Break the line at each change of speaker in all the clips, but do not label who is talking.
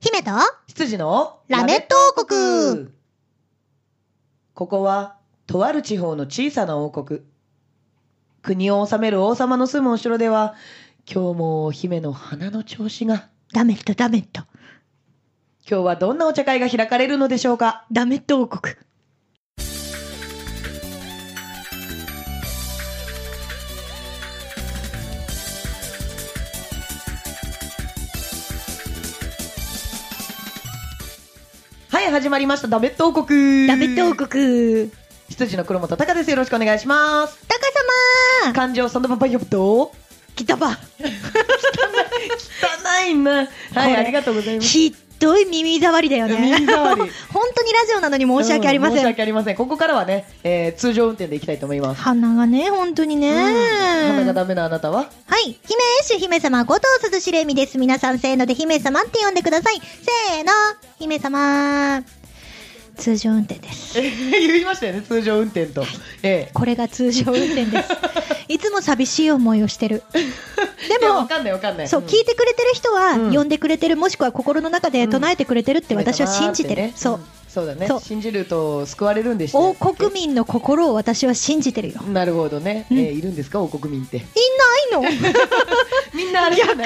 姫と
羊の
ラメット王国
ここはとある地方の小さな王国国を治める王様の住むお城では今日もお姫の花の調子が
ダメットダメット
今日はどんなお茶会が開かれるのでしょうか
ダメット王国
はい始まりましたダメット王国
ダメット王国
羊の黒本隆ですよろしくお願いします
タカ様
感情そのまま呼ぶと
来たば
汚いなはい
これ
ありがとうございます
ひっどい耳障りだよね
耳障り
本当にラジオなのに申し訳ありま
うん申
せ
し
ん
訳ありませんここからはね、えー通常運転でいきたいと思います
鼻がね本当にね
うん鼻がダメなあなたは
はい。姫主姫様、五藤鈴しれみです。皆さん、せーので姫様って呼んでください。せーの、姫様。通常運転です。
え 言いましたよね通常運転と、え
これが通常運転です。 いつも寂しい思いをしてる。
え、
で
いやわ
も、
かんないわかんない
そう、
ん
聞いてくれてる人は、
うん
呼んでくれてる、もしくは心の中で唱えてくれてるって私は信じてる。
ね
そ
ん
う。
そうだね
そう
信じると救われるんでした
王
よ
国民の心を私は信じてるよ。い
なるほどね、
うん
えーいるんですか王国 民って
ないの
みんなあれ逆に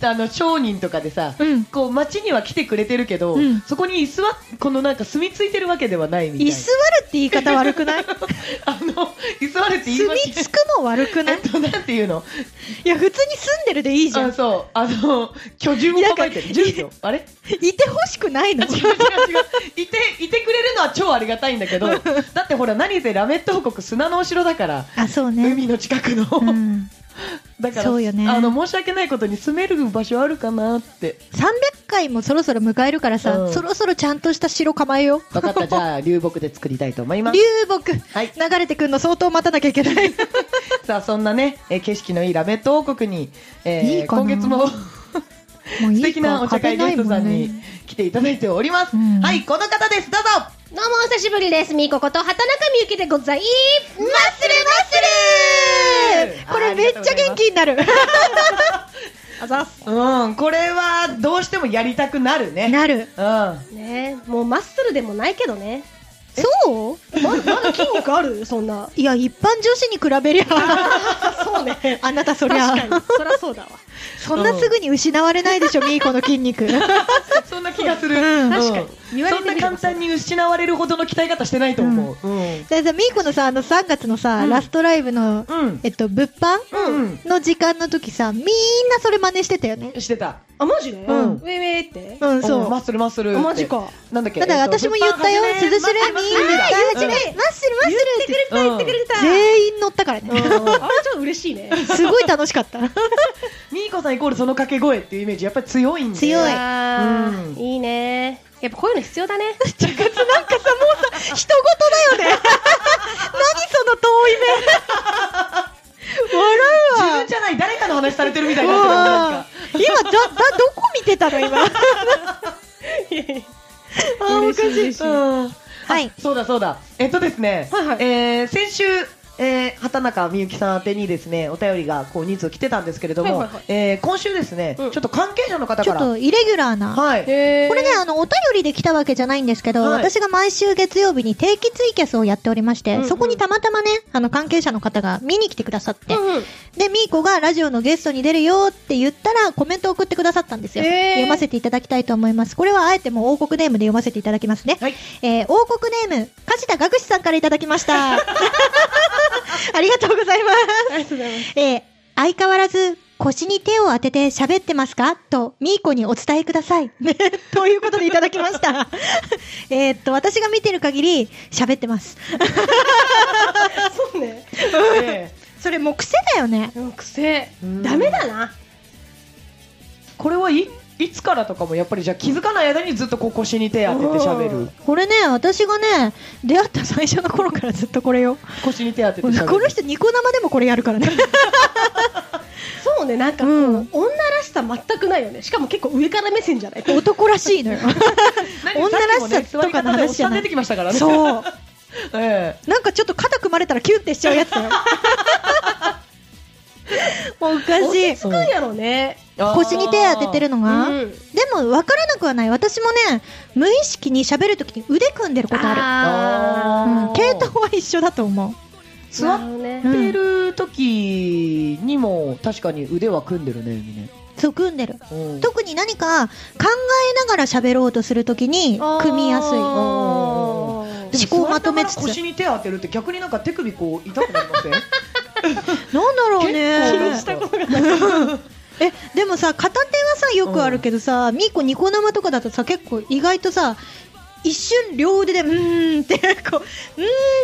あの商人とかでさ、
うん。
こう街には来てくれてるけど、
うん
そこに居座このなんか住み着いてるわけではないみたい
居
な
座るって言い方悪くない
あの居座るって 言い
住
ま
み
す
着くも悪くな
え
い
っとなんていうの
いや、普通に住んでるでいいじゃん
あ。そうあの居住を構えてる
なんか
住居あれ
いてほしくないの
違う違う違ういていてくれるのは超ありがたいんだ けどだってほら何せラメット王国砂のお城だから、
あ、そうね。
海の近くの、
うん。
だから
そうよね
あの申し訳ないことに住める場所あるかなって
300回もそろそろ迎えるからさ、
うん
そろそろちゃんとした城構えよう。
分かったじゃあ流木で作りたいと思いま
流
す
木、
はい
流れてくんの相当待たなきゃいけない。
さあそんなね、えー景色のいいラメット王国に、えー
いいかな
今月も
もうい
素
い
敵な
か
お茶会
壁
ゲ
ない
スト
も
さ
ん
んに
ね。
来ていただいておりま
う
す、
ん
はいこの方ですどうぞ
どうもお久しぶりです。みーここと畑中みゆきでございます。マッスル
マッスル
これめっちゃ元気になる。
あざっす。
うんこれはどうしてもやりたくなるね
なる。
うん
ねえ、もうマッスルでもないけどね。
そう
まだまだ筋肉あるそんな。
いや、一般女子に比べりゃ、
そうね。
あなたそ り
確
ゃ、
かに。そらそうだわ。
そんなすぐに失われないでしょ、ミーコの筋肉。
そんな気がする。
うん
確かに言われ
そ
て
ん
みれ
な
ば
簡単に失われるほどの鍛え方してないと思う。うん。うん。
でさ、ミーコのさ、あの3月のさ、
うん
ラストライブの、えっと、物販、
うん
の時間の時さ、みんなそれ真似してたよね。
してた。
あ、マジで
うん
ウェイウェイって。
うん、
おマ
そ
ッスルマッスル。
あマジか。
なんだっけ。
う。だから私も言ったよ。
えっと
鈴しれみ、言ったよ。
物販始め
マッ
マッ
ス
ス
ル、マッスルって。
ルマッスルって。
全員乗ったからね。
あれちょっと嬉しいね。
すごい楽しかった。
うんミーコさんイコールその掛け声っていうイメージやっぱり強いんで。
強い
あ
うん
ーいいね。やっぱこういうの必要だ ね。
人事だよね。 何その遠い
自分じゃない誰かの話されてるみたい
目。
になってるなんか。
うん今、だ、だ、どこ見てたの今。あー、おかしい。
うん。
はい
あ。そうだそうだ。えっとですね。
はいはい
えー先週。えー、畑中みゆきさん宛てにですねお便りがこう2通来てたんですけれども、
はいはいはい
えー今週ですね、
うん
ちょっと関係者の方
ち
か
ょっ
ら
とイレギュラーな。
はい、
へ
これね、あの、お便りで来たわけじゃないんですけど、
はい
私が毎週月曜日に定期ツイキャスをやっておりまして、
うんうん
そこにたまたまね、あの、関係者の方が見に来てくださって、
うんうん。
で、みーこがラジオのゲストに出るよって言ったら、コメントを送ってくださったんですよ。
えー
読ませていただきたいと思います。これはあえてもう王国ネームで読ませていただきますね。
はい
えー王国ネーム、梶田学士さんからいただきま した。ありがとうございます。
ありがとうございます。
えー相変わらず腰に手を当てて喋ってますかと、ミーコにお伝えください。ねということでいただきました。えーっと、私が見てる限り喋ってます。
あ、そうね。
え
それもう癖だよね。
うん、癖
うん。
ダメだな。
ーこれはいいつからとかもやっぱりじゃあ気づかない間にずっとこう腰に手当てて喋
う
る
ん
これね、私がね、出会った最初の頃からずっとこれよ。
腰に手当てて
こ
喋る
の人ニコ生でもこれやるからね。
そうね、なんかこう、
うん
女らしさ全くないよね。しかも結構上から目線じゃない
男らしい のよ。
何
女らしさ
っきもね
とかの
座り方でおっ
話じ
さ
ゃ
ん
ない
出てきましたからねう、
そう。
え
なんかちょっと肩組まれたらキュンってしちゃうやつだよ。おかしい
落ち着くんやろね。
腰に手当ててるのが、
うん
でも分からなくはない私もね無意識に喋るときに腕組んでることある
あー
うん、系統は一緒だと思
座
な
っ
るほどね
う、
てる時にも確かに腕は組んでるねみね
うそう組んでる
うん
特に何か考えながら喋ろうとするときに組みやすい
ーでも
思考まとめつつ
座りながら腰に手当てるって逆になんか手首こう痛くなり ません
なんだろうね
結構したことが
えでもさ片手はさよくあるけどさ、ミーコニコ生とかだとさ結構意外とさ一瞬両腕でうーんってこううーん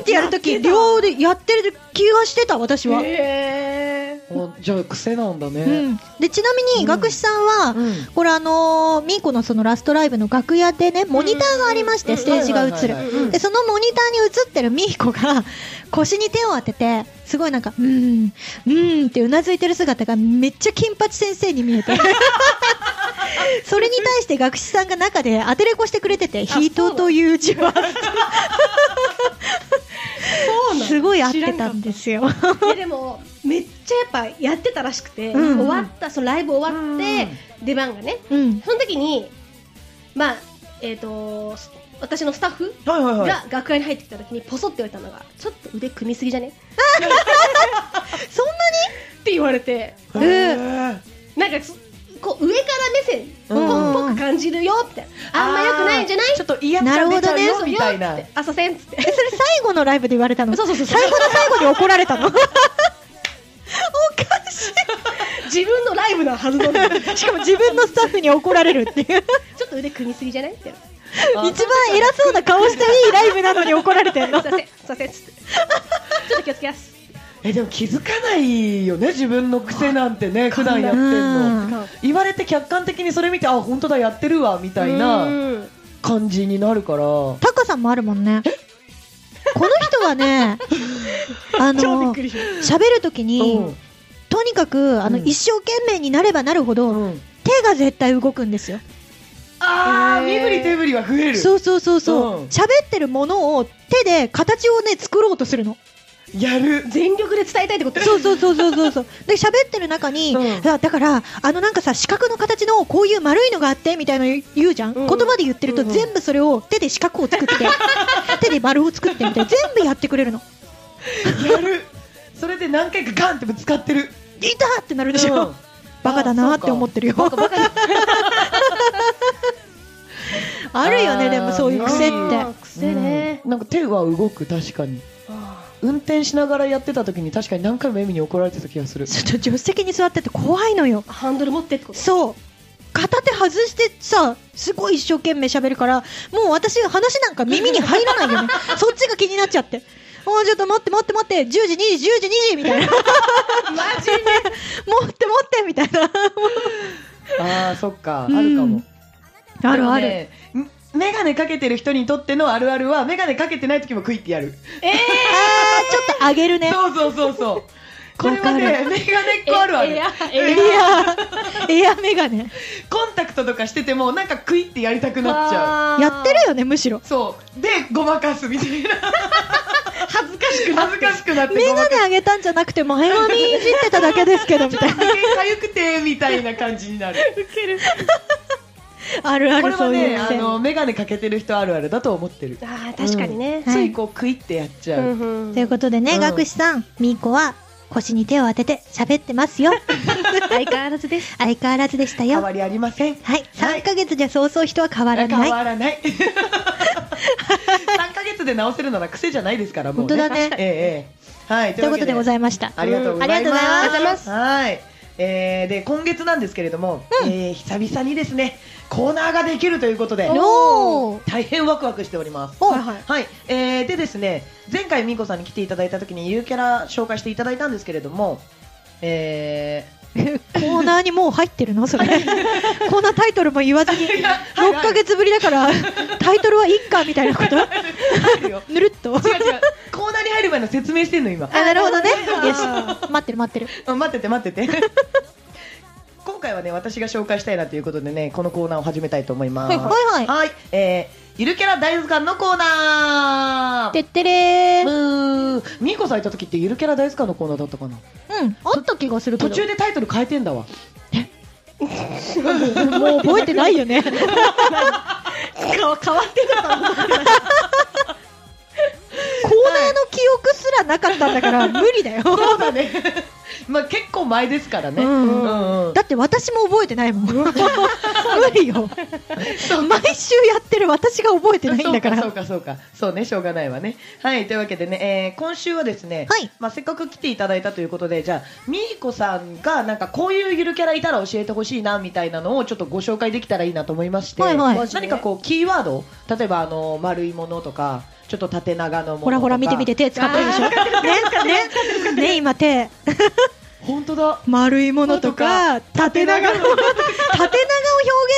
ってやると
や
き
ってた
両腕やってる気がしてた私は、
へー
あじゃあ癖なんだ
う
ね、
ん、でちなみ
う
に
ん
学士さんは、
うん
これあのー、ミーコのそのラストライブの楽屋でねモニターがありまして、
うん
ステージが映る、
はいはいはい
うん
でそのモニターに映ってるミーコが 腰に手を当ててすごいなんかうーんうーんってうなずいてる姿がめっちゃ金八先生に見えてそれに対して学士さんが中で当てれこしてくれてて「人」という字は
そうなの
すごい合ってたんで
知
すよ。
らんかったいやでもめっちゃやっぱやってたらしくて、
うん
終わったそのライブ終わって、出番がね
うん、
その時にまあえっ、と私のスタッフ
はいはいはい
が楽屋に入ってきた時にポソって言われたのが「ちょっと腕組みすぎじゃね?」
そんな
って言われて
うん
へー
なんかそこう上から目線っ
うん
ぽく感じるよみたいなあんま良くないんじゃない
ちょっと嫌っちゃう出ちゃう
なるほ
よ
ど
みたいな
よって朝せんっつって
えそれ最後のライブで言われたの
そうそうそうそう
最後の最後に怒られたの おかし
自分のライブのはずなのに
いしかも自分のスタッフに怒られるっていう
ちょっと腕組みすぎじゃないって
一番偉そうな顔していいライブなのに怒られてんの
させさせっつってちょっと気をつけやす
えでも気づかないよね自分の癖なんてね 普段やってん
うん
の
み
言われて客観的にそれ見てあ本当だやってるわみたいな感じになるから
タカさんもあるもんねこの人は ねあ
超びっ
の
くりし
喋るときにとにかくあの、
うん
一生懸命になればなるほど、
うん
手が絶対動くんですよ
あー
えー
身振り手振りは増える
そうそうそうそう
うん
喋、ってるものを手で形をね作ろうとするの
やる
全力で伝えたいってこと
そうそうそうそうそうそう。で喋ってる中に、
うん
あだからあのなんかさ四角の形のこういう丸いのがあってみたいなの言うじゃん。
うん
言葉で言ってると
うんうん
全部それを手で四角を 作って、手で丸を作ってみたいな全部やってくれるの。
やるそれで何回かガンってぶつかってる
いたってなるでしょ。
うん
バカだなって思ってるよ。
あそうかバカバカ
あるよねでもそういう癖
あ
って。
ー癖ね
うんなんか手は動く確かに
あ
運転しながらやってた時に確かに何回もエミに怒られてた気がする
ちょっと助手席に座ってて怖いのよ。
ーハンドル持ってってこと
そう。片手外してさ、すごい一生懸命喋るから、もう私話なんか耳に入らない よね。そっちが気になっちゃって。もうちょっと待って待って待って、10時、2時、10時、2時みたいな。
マ ジで
持って持ってみたいな。
ああそっかあ
うん
るかも
あるある。
でもねんメガネかけてる人にとってのあるあるはメガネかけてない時もクイってやる
あー、ちょっと上げるね。
そうそうそうそうこ
わ
れは
かる
ねメガネっ子あるある
えエア
エ
エ
ア、エアメガネ。
コンタクトとかしててもなんかクイってやりたく
ア
なっちゃう
あー
やってるよね、むしろ。
そうでごまかすみたいな恥ずかしく恥ずかしくなって
メ
ごま
ガ
か
ネ上げたんじゃなくて前髪いじってただけですけど、み
ちょったと
いな。
眉毛かゆくてみたいな感じになる
あるあ
こ
る
れは
そうい
ね
う
あ
癖。
のメガネかけてる人あるあるだと思ってる
あー確かにね
うん
ついこうクイってやっちゃう、
うんうん
ということでね、
うん
学士さん、みーこは腰に手を当てて喋ってます よ。
相変わらずです
相変わらずでした
変
よ。
わりありません
はい、3ヶ月じゃそうそう人は変わら
変
ない。
わ らない三ヶ月で直せるなら癖じゃないですからも
本
う、
当だね
ええええはい
ということでござ
い
いました。
ありがとうございます、
うんありがとうございます
はいえー、で今月なんですけれども、えー久々にですねコーナーができるということで
おー
大変ワクワクしております
お
はいはい
はい、えー、でですね前回みーこさんに来ていただいた時にゆるキャラ紹介していただいたんですけれどもえ
コーナーにもう入ってるの それ。こんなタイトルも言わずに、6
はい
ヶ月ぶりだから、タイトルはいっかみたいな こと
ー、入るよ
ぬるっと。
違う違うコーナーに入る前の説明してんの今
あ、なるほどね。
あ
よし。待ってる待ってる。
あ待ってて待って て今回はね私が紹介したいなということでねこのコーナーを始めたいと思います
はいはいはい
はいえーゆるキャラ大図鑑のコーナー
てってれー。
うーんみーこさんいた時ってゆるキャラ大図鑑のコーナーだったかな
うん、あった気がするけ
途
ど。
中でタイトル変えて んだわ
もう覚えてないよ ね。
変わってる
コーナーの記憶すらなかったんだから無理だ よ。
そうだね まあ結構前ですからね、
うん
うんうん
だって私も覚えてない もん。無理よ。毎週やってる私が覚えてないんだから。
そうかそうかそうかそうねしょうがないわねはいというわけでね、えー今週はですね、
はい
まあ、せっかく来ていただいたということでじゃあみーこさんがなんかこういうゆるキャラいたら教えてほしいなみたいなのをちょっとご紹介できたらいいなと思いまして、
はいはい
何かこうキーワード例えばあの丸いものとかちょっと縦長のものとか
ほらほら見て見て手使ってるでしょ。ねねね今手
本当だ
丸いものとか縦 長の縦長を表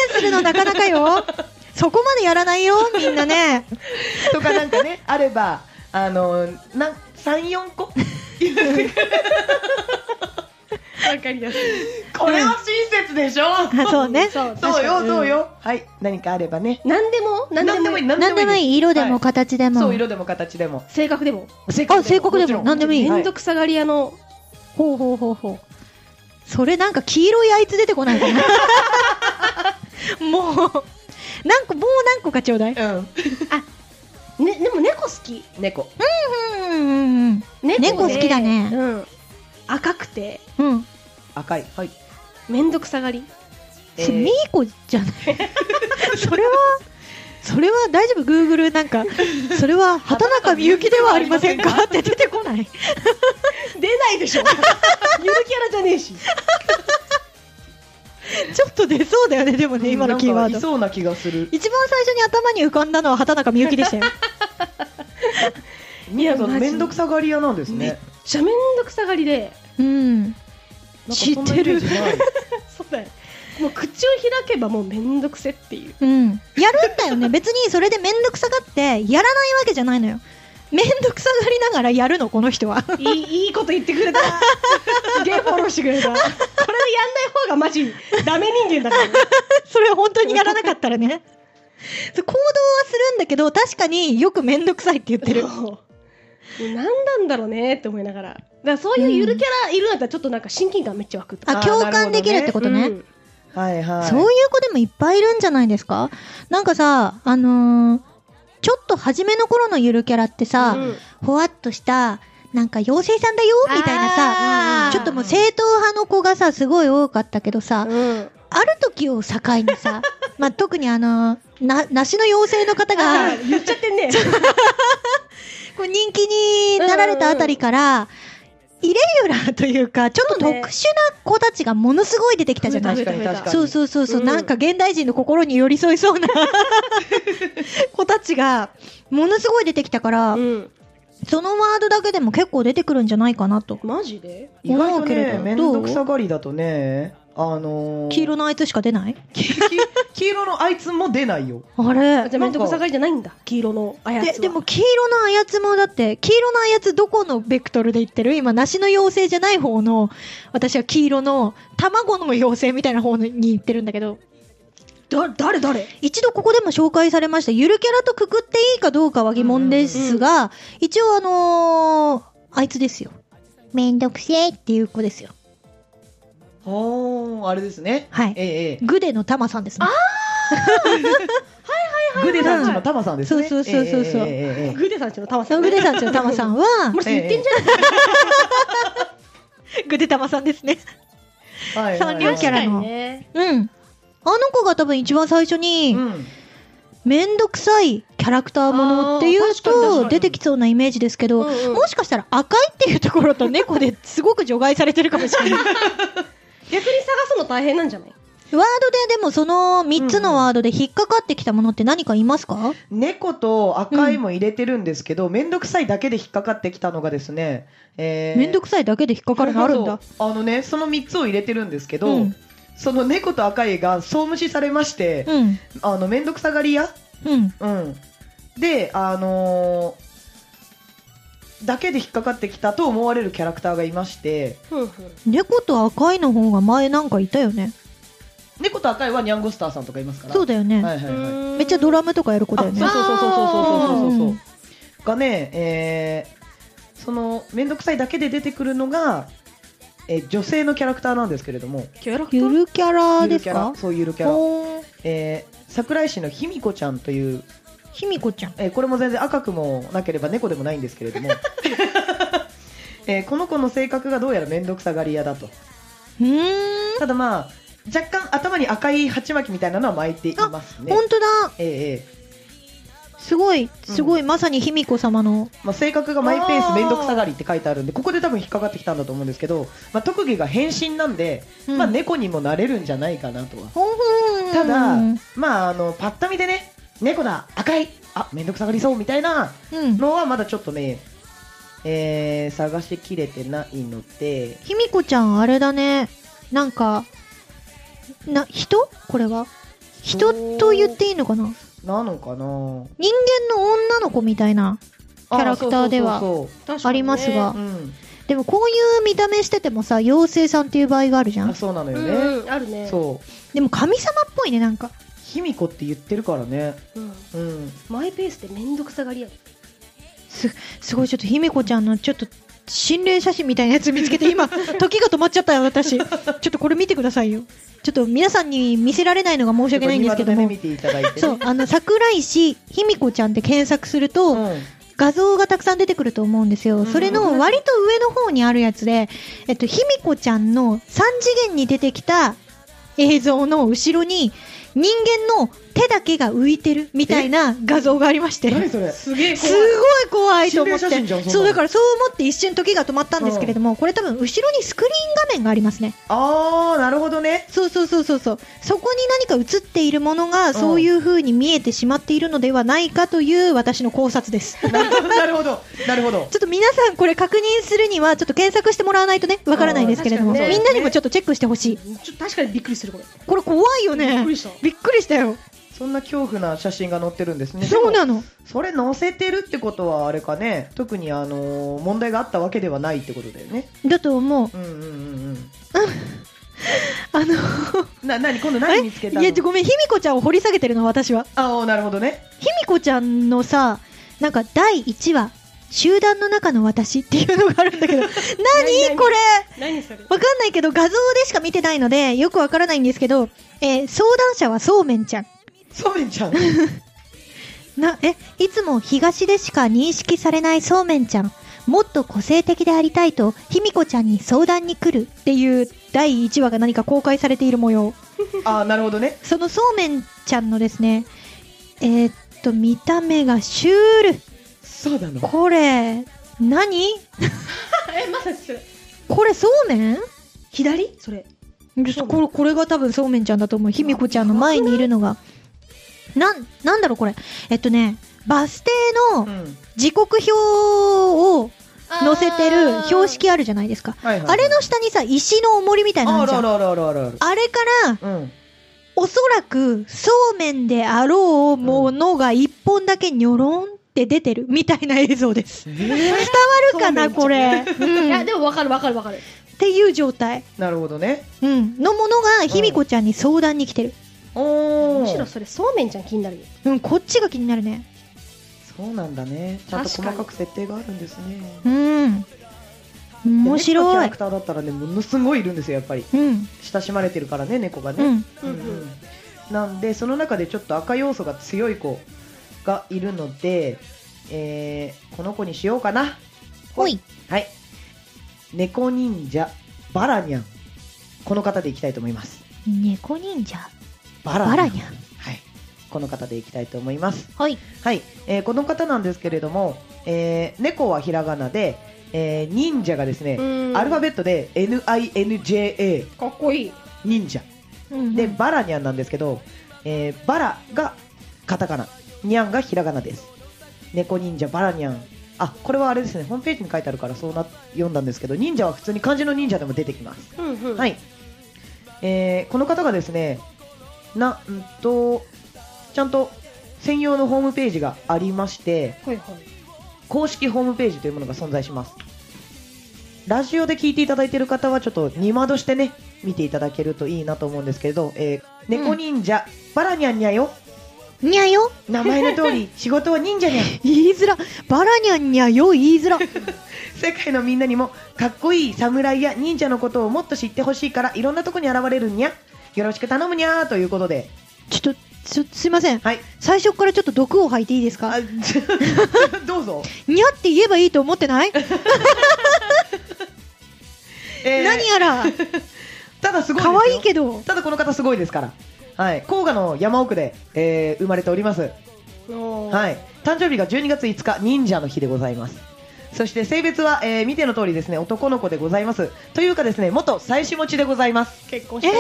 現するのなかなかよ。そこまでやらないよみんな ね。
とかなんか ねあればあのな34個
わかりやすい
これは親切でしょ
あそうね。
そう
そう
確
よ
かに
そうよ、はい何かあればね
何でも何でもいい
なんでもいい色でも形でも。
そう色でも形でも
性格でも
性
あ性格でも何でもいい
はい
面倒くさがり屋の
ほうほうほうほう。それなんか黄色いあいつ出てこないか な。もう、何個、もう何個かちょうだい。
うん
ねでも猫好き
猫
うんうんうん。
猫で
猫好きだね
うん赤くて
うん。
赤いはい
面倒くさが り
えー
そミーコじゃない それは、それは大丈夫グーグルなんか、それは畑中みゆきではありませんかって出てこない。
出ないでしょ ゆるキャラじゃねえし
ちょっと出そうだよね、でもね、今のキーワ
なんか
ー
い
ド。
そうな気がする
一番最初に頭に浮かんだのは畑中みゆきでしたよ。
みやさん
マジ
面倒くさがり屋なんです
めっ
ね
ちゃ面倒くさがりで
うん。
なんかそんなイメージない
そうだよもう口を開けばもう面倒くせっていう
うん、やるんだよね 別にそれで面倒くさがってやらないわけじゃないのよ面倒くさがりながらやるのこの人は
いいいいこと言ってくれたすげえフォローしてくれたこれでやんない方がマジダメ人間だからね
それは本当にやらなかったらね そう行動はするんだけど確かによく面倒くさいって 言ってる
そう何なんだろうねって思いながらだからそういうゆるキャラいるんだったらちょっとなんか親近感めっちゃ湧くとか、
あ
あー
共感できるってことね
うん
はいはい
そういう子でもいっぱいいるんじゃないですかなんかさあのーちょっと初めの頃のゆるキャラってさ、
うん
ほわっとしたなんか妖精さんだよみたいな
あ
さ
ー
ちょっともう正統派の子がさすごい多かったけどさ、
うん
ある時を境にさ、まあ、特にあの、な、梨の妖精の方が
あ、ー言っちゃってんね
こう人気になられたあたりから、イレギュラーというか、ちょっと
そ
特
う
殊
ね
な子たちがものすごい出てきたじゃない
確かに確かに
そうそうそうそう、
うん
なんか現代人の心に寄り添いそうな子たちが、ものすごい出てきたから、
うん
そのワードだけでも結構出てくるんじゃないかなと。
マジで
意外と
思うけれ
ね
ど
面倒くさがりだとねあのー
黄色のあいつしか出ない
きき黄色のあいつも出ないよ
あ
あ
れ
じゃあ面倒くさがりじゃないんだ黄色のあやつは
ででも黄色のあやつもだって黄色のあやつどこのベクトルで言ってる今梨の妖精じゃない方の私は黄色の卵の妖精みたいな方に行ってるんだけど
だ誰誰
一度ここでも紹介されましたゆるキャラとくくっていいかどうかは疑問ですが、一応あのーあいつですよめんどくせえっていう子ですよ
おーあれですね
はい
ええええ
グデのタマさんですね
グデさんちのタマさんですね
そうそうそうそうそう
ええええええええ
グーデさんちのタマ
そ
さ
の
ん
グデさんちのタ マさんは
もう言ってんじゃん、
グデタマさんですね
はいはいはい
サンリオキャラの
ね
うんあの子が多分一番最初に、
うん
めんどくさいキャラクターものっていう
あー確かに確か
と
に
出てきそうなイメージですけど、
うんうん
もしかしたら赤いっていうところと猫ですごく除外されてるかもし れないワードで
逆に探すの大変なんじゃない
でもその3つのワードで引っかかってきたものって何かいますか、
猫と赤いも入れてるんですけど、めんどくさいだけで引っかかってきたのがですね、えー
めんどくさいだけで引っかかるのあるんだ
そうあのねその3つを入れてるんですけど、
うん
その猫と赤いが総無視されまして、
うん
あのめんどくさがり屋、
うん
うん、であのーだけで引っかかってきたと思われるキャラクターがいまして
ふんふん
猫と赤いの方が前なんかいたよね
猫と赤いはニャンゴスターさんとかいますから
そうだよね、
はいはいはい
めっちゃドラムとかやる子だよね
あそうそうそうそうそうそうそうそう
あ
がね、えーその面倒くさいだけで出てくるのが、えー女性のキャラクターなんですけれども
キャラクタ
ゆ
ー
るキャラ
ゆ
で
る
す
キャラ
か
そうゆるキャラ、
ほー
えー、桜井市のひみこちゃんという、
ひみこちゃん
えーこれも全然赤くもなければ猫でもないんですけれ ども、えーこの子の性格がどうやら面倒くさがり屋だと
うーん
ただまあ若干頭に赤い鉢巻きみたいなのは巻いていますね
本当だ
えーえー
すごいすごい、まさに卑弥呼様の
まあ、性格がマイペース面倒くさがりって書いてあるんでここで多分引っかかってきたんだと思うんですけど、まあ、特技が変身なんで、
うん
まあ、猫にもなれるんじゃないかなとは、
ほんほん
ただ、
うん
まあ、あのパッと見でね猫だ赤いあ面倒くさがりそうみたいなのはまだちょっとね、えー探してきれてないので
卑弥呼ちゃんあれだねなんかな人これは人と言っていいのかな
なのか
人
な
間の女の子みたいな
あ
キャラクターでは
そうそうそう
ありますが
そううん
でもこういう見た目しててもさ妖精さんっていう場合があるじゃ
あ
ん
そうなの
う
よ
ん
ね、
うんあるね
そう
でも神様っぽいねなんか
卑弥呼って言ってるからね
うん
うん
マイペースで面倒くさがりや
すすごいちょっと卑弥呼ちゃんのちょっと心霊写真みたいなやつ見つけて今時が止まっちゃったよ私ちょっとこれ見てくださいよちょっと皆さんに見せられないのが申し訳ないんですけど
ちょっと
も
庭でね見ていただいてね
そうあの桜井市卑弥呼ちゃんって検索すると、
うん
画像がたくさん出てくると思うんですよ、
うん
それの割と上の方にあるやつで、えっと、卑弥呼ちゃんの3次元に出てきた映像の後ろに人間の手だけが浮いてるみたいな画像がありまして
何それ
すげえ
すごい怖いと思っ
心霊写真
て
じゃんそんなの
そうだからそう思って一瞬時が止まったんですけれども、これ多分後ろにスクリーン画面がありますね
ああなるほどね
そうそうそうそうそうそこに何か映っているものがそういう風に見えてしまっているのではないかという私の考察です
なるほどなるほどなるほど
ちょっと皆さんこれ確認するにはちょっと検索してもらわないとねわからないですけれども、
あー確か
み
にね
んなにもちょっとチェックしてほしい
ちょっと確かにびっくりするこれ
これ怖いよ
びっ
ね
くりした
びっくりしたよ
そんな恐怖な写真が載ってるんですね
そうな
の
の
それ載せてるってことはあれかね特にあのー問題があったわけではないってことだよね
だと思う
うんうんうんうん
あ の
な何今度
え
何見つけたの
いやごめん卑弥呼ちゃんを掘り下げてるの私は
ああなるほどね
卑弥呼ちゃんのさなんか第1話集団の中の私っていうのがあるんだけど 何
何
これ
何それ
わかんないけど画像でしか見てないのでよくわからないんですけど、えー相談者はそうめんちゃん
そうめんちゃん
な、え、いつも東でしか認識されないそうめんちゃん。もっと個性的でありたいと、ひみこちゃんに相談に来るっていう第1話が何か公開されている模様。
ああなるほどね
そのそうめんちゃんのですね、えーっと、見た目がシュール。
そうなの
これ、何
えまさにそれ
これそうめん
左それ
これこれが多分そうめんちゃんだと思うひみこちゃんの前にいるのがなんなんだろうこれえっとねバス停の
うん
時刻表を載せてる標識あるじゃないですか。
はいはいはい
あれの下にさ、石の重りみたいなのあ
あ
るじ
ら
ゃ
あ
ん。
らあらあらあらあら
あれから、
うん
おそらく、そうめんであろうものが一本だけニョロンって出てるみたいな映像です。
え
伝
ー
わるかな、
そ
こ
うめ
れ
ん。
うん
いやでもわかるわかるわかる
っていう状態。
なるほどね
うん。のものが、ひみこちゃんに相談に来てる。
お
む
お
しろそれそうめんちゃん気になるよ
うん、こっちが気になるね。
そうなんだねちゃんと細かく設定があるんですね
うん。
で
面
猫のキャ
白
ラ
い
ク。ターだったらねものすごいいるんですよやっぱり
うん。
親しまれてるからね猫が
う
ね、
ん。
うんう
うん
ん
うん
なんでその中でちょっと赤要素が強い子がいるので、えーこの子にしようかな
ほい。
はい猫忍者バラニャンこの方でいきたいと思います
猫忍者。
バラニャ
バ
ン
ラニャン。
はいこの方でいきたいと思います
はい。
はい、えーこの方なんですけれども、えー猫はひらがなで、えー忍者がですね、アルファベットで NINJA
かっこいい
忍者
うん
でバラニャンなんですけど、えーバラがカタカナニャンがひらがなです猫忍者バラニャンあこれはあれですねホームページに書いてあるからそうな読んだんですけど忍者は普通に漢字の忍者でも出てきます、
うんうん
はい、えーこの方がですねなんとちゃんと専用のホームページがありまして
はいはい
公式ホームページというものが存在しますラジオで聞いていただいている方はちょっと二窓してね見ていただけるといいなと思うんですけれど、えー猫忍者、バラニャンニャよ
にゃよ
名前の通り 仕事は忍者にゃん
言いづらバラニャンにゃよ言いづら
世界のみんなにもかっこいい侍や忍者のことをもっと知ってほしいからいろんなとこに現れるにゃよろしく頼むにゃーということで
ちょっとすすいません
はい
最初からちょっと毒を吐いていいです か
あどうぞ、
にゃって言えばいいと思ってない、
えー
何や ら
ただすごいですよ
可愛いけど
ただこの方すごいですから、はい、甲賀の山奥で、えー生まれております、
は
はい、誕生日が12月5日忍者の日でございますそして性別は、えー見ての通りですね男の子でございますというかですね元妻子持ちでございます
結婚して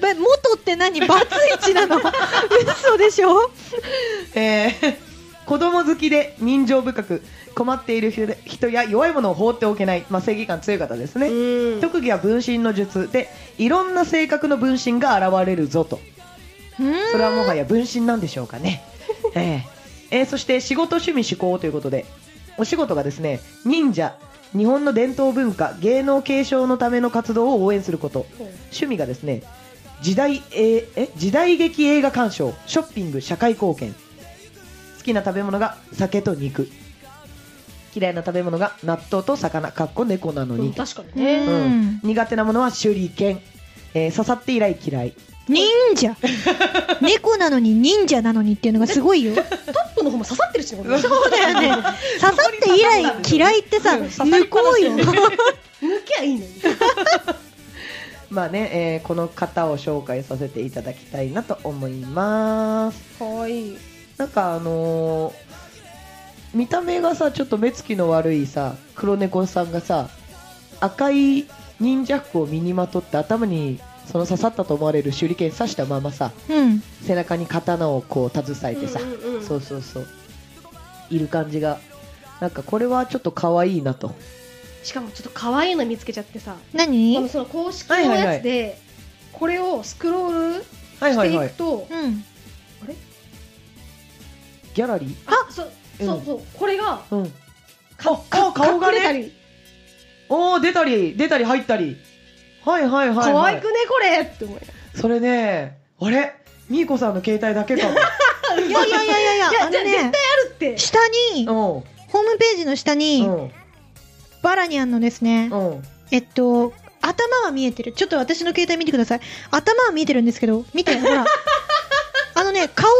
ば元って何バツイチ なの嘘でしょ
えー 子供好きで人情深く困っている人人や弱いものを放っておけない、まあ、正義感強い方ですね、
うん
特技は分身の術でいろんな性格の分身が現れるぞとそれはもはや分身なんでしょうかね、 えええーそして仕事趣味趣向ということでお仕事がですね忍者日本の伝統文化芸能継承のための活動を応援すること趣味がですね時代,、えーえ時代劇映画鑑賞ショッピング社会貢献好きな食べ物が酒と肉嫌いな食べ物が納豆と魚かっこ猫なの
うん
に、
確かに
う
ね
ん
苦手なものは手裏剣、えー刺さって以来嫌い
忍 者猫なのに忍者なのにっていうのがすごい よ
トップの方も刺さってるしねこれ
そうだよね刺さって以来嫌いってさ
刺さりっぱなし
抜こうよ
抜きゃいいのに
まあね、えーこの方を紹介させていただきたいなと思います。
可愛い
なんかあのー見た目がさ、ちょっと目つきの悪いさ、黒猫さんがさ、赤い忍者服を身にまとって頭にその刺さったと思われる手裏剣刺したままさ、
うん
背中に刀をこう携えてさ、
うんうん
そうそうそう、いる感じが、なんかこれはちょっと可愛いなと。
しかもちょっと可愛いの見つけちゃってさこの
何
その公式のやつでこれをスクロールしていくと
うん
ギャラリー
あそう
うん
そうそうこれが
うん。あ顔が
隠れ
ね
た。り
おー出たり出たり入ったりはいはいはい、はい、
可愛くねこれって思う
それねあれみーこさんの携帯だけか
いやいやいやいやいや
いや
あのね
って
下に
も
ホームページの下
うん
に
うん
バラニャンのですね
うん
えっと頭は見えてるちょっと私の携帯見てください頭は見えてるんですけど見てほらあのね顔が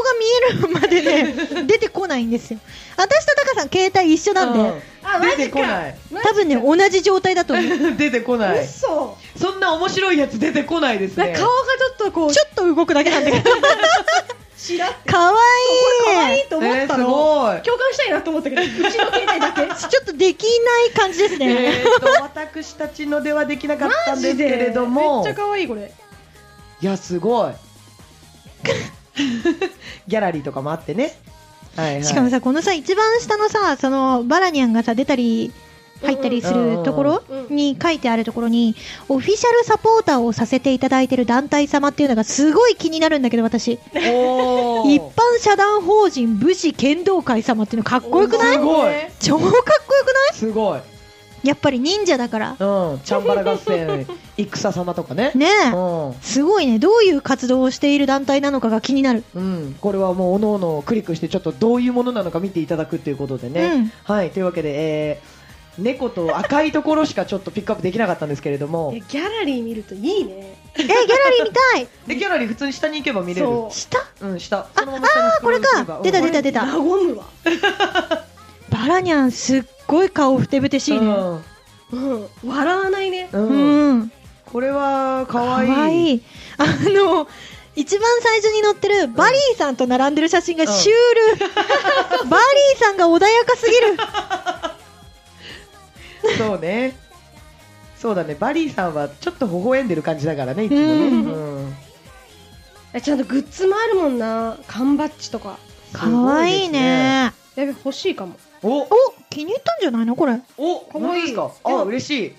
見えるまでね出てこないんですよ私とタカさん携帯一緒なんで、
あマ
出
ジ
て
か
こない
マジ
多分ね同じ状態だと思うちょ
出てこない
嘘
そんな面白いやつ出てこないです
なん
ね
か顔がちょっとこう
っと動くだけなんだけど
ちらっ
かわいい
これ可愛いと思っ
え
た
ー、す
の
ごい
共感したいなと思ったけどうちの携帯だ け
ちょっとできない感じですね、
えー、と私たちのではできなかったんですけれども
めっちゃ可愛いこれ
いやすごい ギャラリーとかもあってねはいはい
しかもさこのさ一番下のさそのバラニャンがさ出たり入ったりするところ
うんうん
に書いてあるところにオフィシャルサポーターをさせていただいてる団体様っていうのがすごい気になるんだけど私
おー
一般社団法人武士剣道会様っていうのかっこよくない
すごい
超かっこよくな
すごい
いやっぱり忍者だから
うん、チャンバラ合戦、戦様とか ね。
ねえ
う
すごいねどういう活動をしている団体なのかが気になる
ん、うん、これはもう各々クリックして、ちょっとどういうものなのか見ていただくということでね。
うん
はい、というわけで、えー猫と赤いところしかちょっとピックアップできなかったんですけれども
え。ギャラリー見るといいね
えギャラリー見たい
で、ギャラリー普通に下に行けば見れる。
そう
下
うん、下。そのまま下にスク
こ
ロー
れ
ルすれば
か出た出
和
た出た
むわ
バラニャンすっごい顔ふてぶてしいね
うん笑わないね
うん、
う
うん
ん
これは
か
可愛いい。
いあの一番最初に載ってるバリーさんと並んでる写真がシュール、バリーさんが穏やかすぎる
そうね。そうだね、バリーさんはちょっと微笑んでる感じだからね、いつもね。
うん
うん
えちゃんとグッズもあるもんな缶バッジとか
かわいいね
やべ欲しいかも
お
お気に入ったんじゃないのこれ
お、
か
本
わ
当
いい
ですか。
い
あ、
や
嬉しい。い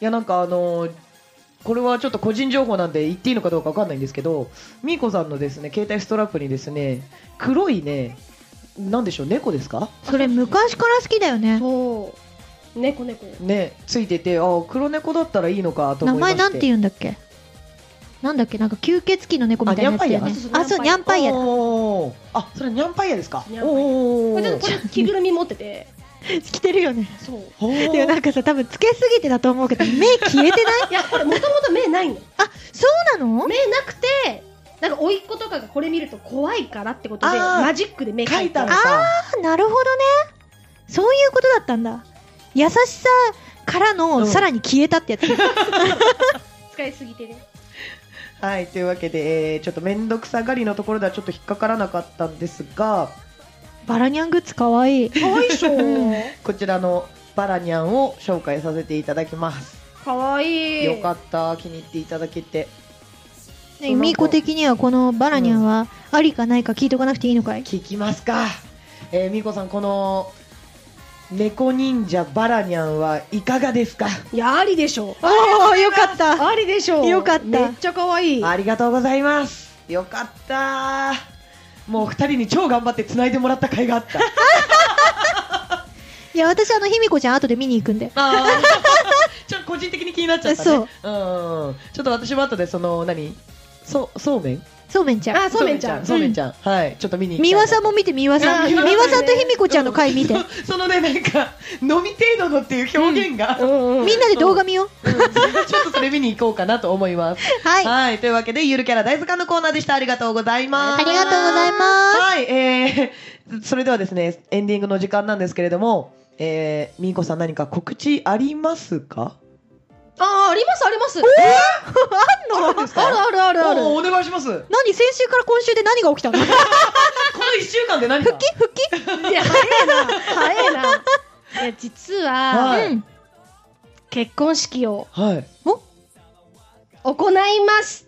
や、なんか、あのーこれはちょっと個人情報なんで言っていいのかどうかわかんないんですけど、みーこさんのですね、携帯ストラップにですね、黒いね、なんでしょう、猫ですか。
それ昔から好きだよね
そう猫猫
ねついててあ黒猫だったらいいのかと
名
思いまし
前
て
なんて言うんだっけなんだっけなんか吸血鬼の猫みたいなやつだよね
あ
あそうニ
ニ
ャ
ャ
ン
ン
パ
パ
イ
イ
ヤ
ヤ
だ
おーあそれニャンパイヤですか
ニャンパイヤ
お
これ
ー
ちょっとこれ着ぐるみ持ってて
着てるよね
そう
おー
でもなんかさ多分つけすぎてだと思うけど目消えてない
いやこれもともと目ないの
あそうなの
目なくてなんか甥っ子とかがこれ見ると怖いからってことで
あー
マジックで目
書
描
い
いて
た
あ
の
る
か
あなるほどねそういうことだったんだ優しさからの、
うん
さらに消えたってやつ
使いすぎてね
はいというわけで、えーちょっと面倒くさがりのところではちょっと引っかからなかったんですが
バラニャングッズかわいい
かわいいでしょ
うん
こちらのバラニャンを紹介させていただきます、
かわいい
よかった気に入っていただけて
ねみーこ的にはこのバラニャンはありかないか聞いとかなくていいのかい
聞きますか、えー、みこさんこの猫忍者バラニャンはいかがですか
いやありでしょ
ああよかった
ありでしょ
よかった
めっちゃかわいい
ありがとうございますよかったもう二人に超頑張って繋いでもらった甲斐があった
いや私あのひみこちゃん後で見に行くんで
あー ちょっと個人的に気になっちゃったね。
そう
うんうん。ちょっと私も後でその何そうそうめん
そうめんちゃん
あそうめんちゃん
そうめんちゃん。はい。ちょっと見に行き
み
たい
わさんも見てみわ
あー
さんみ
みわ
わ
さんね
さんとひみこちゃんの回見て
そ そのねなんか飲み程度のっていう表現 が、
うんうん
みんなで動画見よう
ちょっとそれ見に行こうかなと思います。
はいあ
というわけでゆるキャラ大図鑑のコーナーでした。ありがとうございます。
りがとうございま
はい、えー、 それではですね、エンディングの時間なんですけれども、えー、みーこさん何か告知ありますか
あーありますあります
すあんの
あるあるあるある
おお願いします。この
何先週から今週で何が起きたの復
一週間で何か
帰復帰
いや早いな早いないや実は、
はい
うん
結婚式を
はい。
行います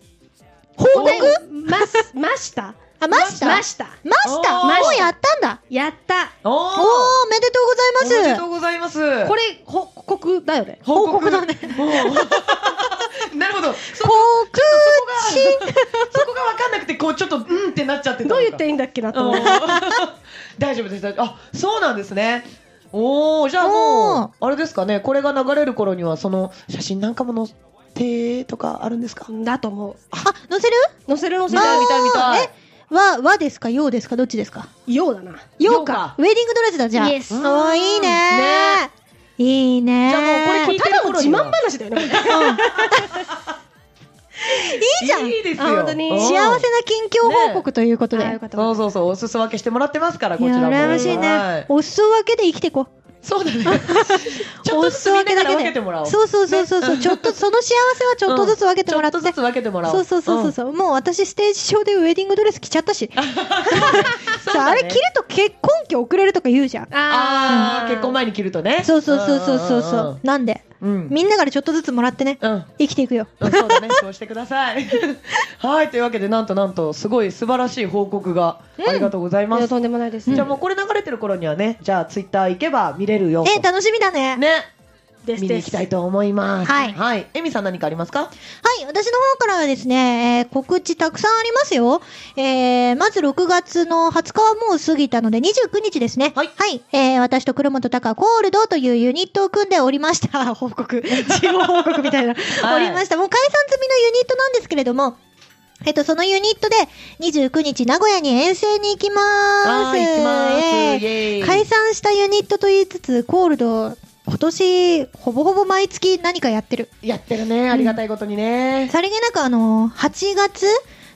報
行
告
いますました
あました
ま
まし
した
た
おー
もうやったんだ
やった
お
お
ー
ーおめでとう
お
ござ
め
い
で
ま
と
す
うございます。
これ報告だよ ね
報告だね。
おー なるほど。そ
告知
そこが分かんなくて、こうちょっと、うんってなっちゃってたの
ど
か
う言っていいんだっけなと思う
大丈夫です。大丈夫あ、そうなんですね。おお、じゃあもう、あれですかね、これが流れる頃には、その写真なんかも載ってとかあるんですか。
だと思う
あ載せる
載せる載せ
見たい、
る
見たい、見たい。
わ和ですか洋ですかどっちですか
ようだな
洋
洋か
ウェディングドレスだじゃあ
イエス
おーいいねいいね
じゃあもうこれ聞いて
た
る
だの
頃
自
には
慢話だよね
いいじゃん
いいですよ。
あ本当に
うん
幸せな近況報告ということで、
あよかった
そう
よかっ
そうそう、おすそ分けしてもらってますから、こ
い
ち
や
らも。
羨ましいね、
はい
お裾分けで生きていこう
そうだね。 ちょっとずつみんなから分けてもらおう。
そうそうそうそうそう、ちょっとその幸せはちょっとずつ分けてもらって、
ちょっとずつ分けてもらおう。
そうそうそうそうそう、もう私ステージ上でウェディングドレス着ちゃったし
そう
さ
だ
ああ
ね
れ着ると結婚期遅れるとか言うじゃん
た
ああ、結婚前に着るとね。
そうそうそうそうそうそうなんで
うん。
みんなからちょっとずつもらってね
うん。
生きていくよ
うんそうだね、そうしてくださ い。はい、というわけで、なんとなんと、すごい素晴らしい報告が、ありがとうございま
いや
す。
とんでもないです
じゃあもうこれ流れてる頃にはね、じゃあツイッター行けば見れるよと。
えー、楽しみだね
ね。
です
見に
で
行き
す
たいと思います。
はい
はい。エミさん何かありますか
はい、私の方からはですね、えー告知たくさんありますよ。えーまず6月の20日はもう過ぎたので、29日ですね。
はい
えー私と黒本隆はコールドというユニットを組んでおりました。 報 告。事後報告みたいな。
はい
おりました。もう解散済みのユニットなんですけれども、えっと、そのユニットで29日名古屋に遠征に行きまー
は
す。
い行きます
イエーイ
イエーイ
解散したユニットと言いつつ、コールド、今年、ほぼほぼ毎月何かやってる。
やってるね。ありがたいことにね。
さりげなくあの、8月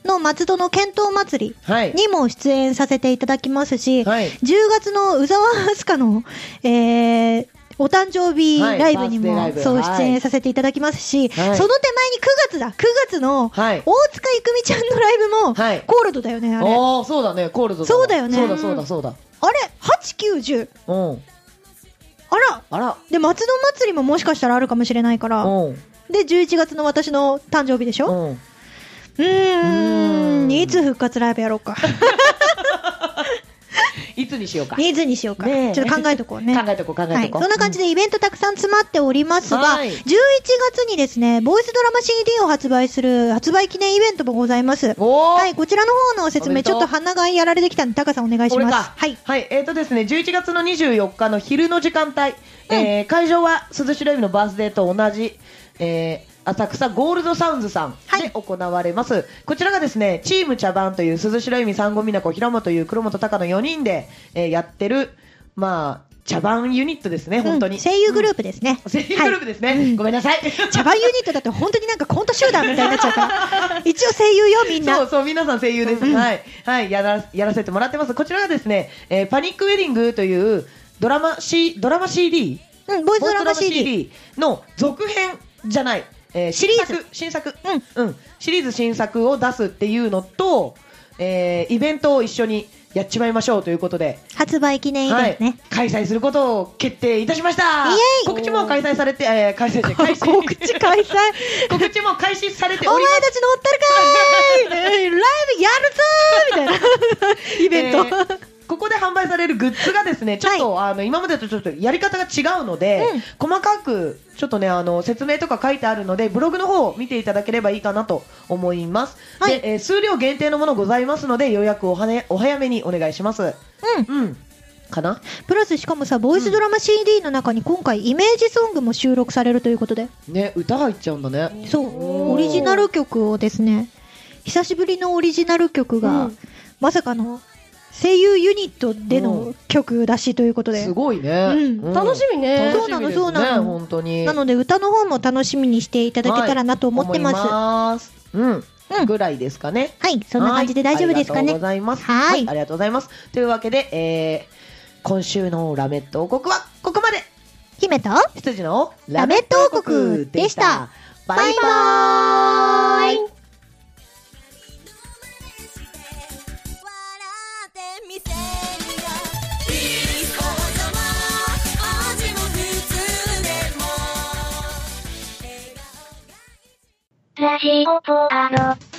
の松戸の剣闘祭
はい
り。にも出演させていただきますし、
はい
10月の宇沢明日香の、えーお誕生日
はい
ライブにも、
バースデーライブ
そう、
はい
出演させていただきますし、
はい
その手前に9月だ、9月の、
はい
大塚ゆくみちゃんのライブも、
はい
コールドだよね、あれ。
おー、そうだね、コールド
そうだよね
そうだそうだそうだ。
あれ、8、9、10。
うん。
あら
あら。
で、松戸祭りももしかしたらあるかもしれないから、
うん。
で、11月の私の誕生日でしょ、
うん。
うー、
うんーん
いつ復活ライブやろうか。
いつにしようか。
いつにしようか。
ねえ
ちょっと考えとこうね。
考えとこう考
は
え
い、
とこ
そ。
うん
な感じでイベントたくさん詰まっておりますが、
はい
11月にですね、ボイスドラマ CD を発売する発売記念イベントもございます。
おー
はい、こちらの方の説
おめ
明、
で
ち
と
ょっ
う
と鼻がやられてきたんで、タカさんお願いします。
は
はいい。、
はい、えっ、とですね、11月の24日の昼の時間帯、えー会場は鈴代美のバースデーと同じ、えー浅草ゴールドサウンズさん
はい
で行われます、こちらがですねチーム茶番という鈴代美三五美奈子平本いう黒本鷹の4人で、えーやってるまあ茶番ユニットですね本当に、
うん声優グループですね。
声優グループですね、ごめんなさい
茶番ユニットだって本当になんかコント集団みたいになっちゃう から、一応声優よ、みんな。
そうそう、皆さん声優です。はい。はい、やら、やらせてもらってます。こちらがですね、えーパニックウェディングというドラマ C、ドラマ CD?
うん、ボイスドラマ
ボイ
CD。
の続編じゃない、えー、シリーズ新作、うん、うん、シリーズ新作を出すっていうのと、えーイベントを一緒にやっちまいましょうということで、
発売記念イベントね。
開催することを決定いたしました。
イエイ
告知も開催されて、えー、開催して、開始
告知開催。
告知も開始されて
お
おります
前。たち乗 ってるかーいライブやるぞーみたいなイベント、
えーここで販売されるグッズがですね、ちょっと、あの今までとちょっとやり方が違うので、
うん
細かくちょっとねあの説明とか書いてあるので、ブログの方を見ていただければいいかなと思います。
はい
で、えー数量限定のものございますので予約をはねお早めにお願いします。
うん
うん、かな？
プラスしかもさボイスドラマ CD の中に今回イメージソングも収録されるということで、
ね歌入っちゃうんだね。
そうオリジナル曲をですね久しぶりのオリジナル曲が、
うん
まさかの声優ユニットで
う
の曲らしいということで、
すごいね。
うん
楽しみね
そうなのそうなの
ね本当に。
なので歌の方も楽しみにしていただけたらなと思ってます、
はい思いますうん、
うん
ぐらいですかね。
はいそんな感じで大丈夫ですかね
はいありがとうございます。
はい
ありがとうございます。というわけで、えー、今週のラメット王国はここまで
姫と
羊の
ラメット王国でした。
バイバーイ
笑ってみせるよいい子供味も普通でも笑顔が
ラジオポアド。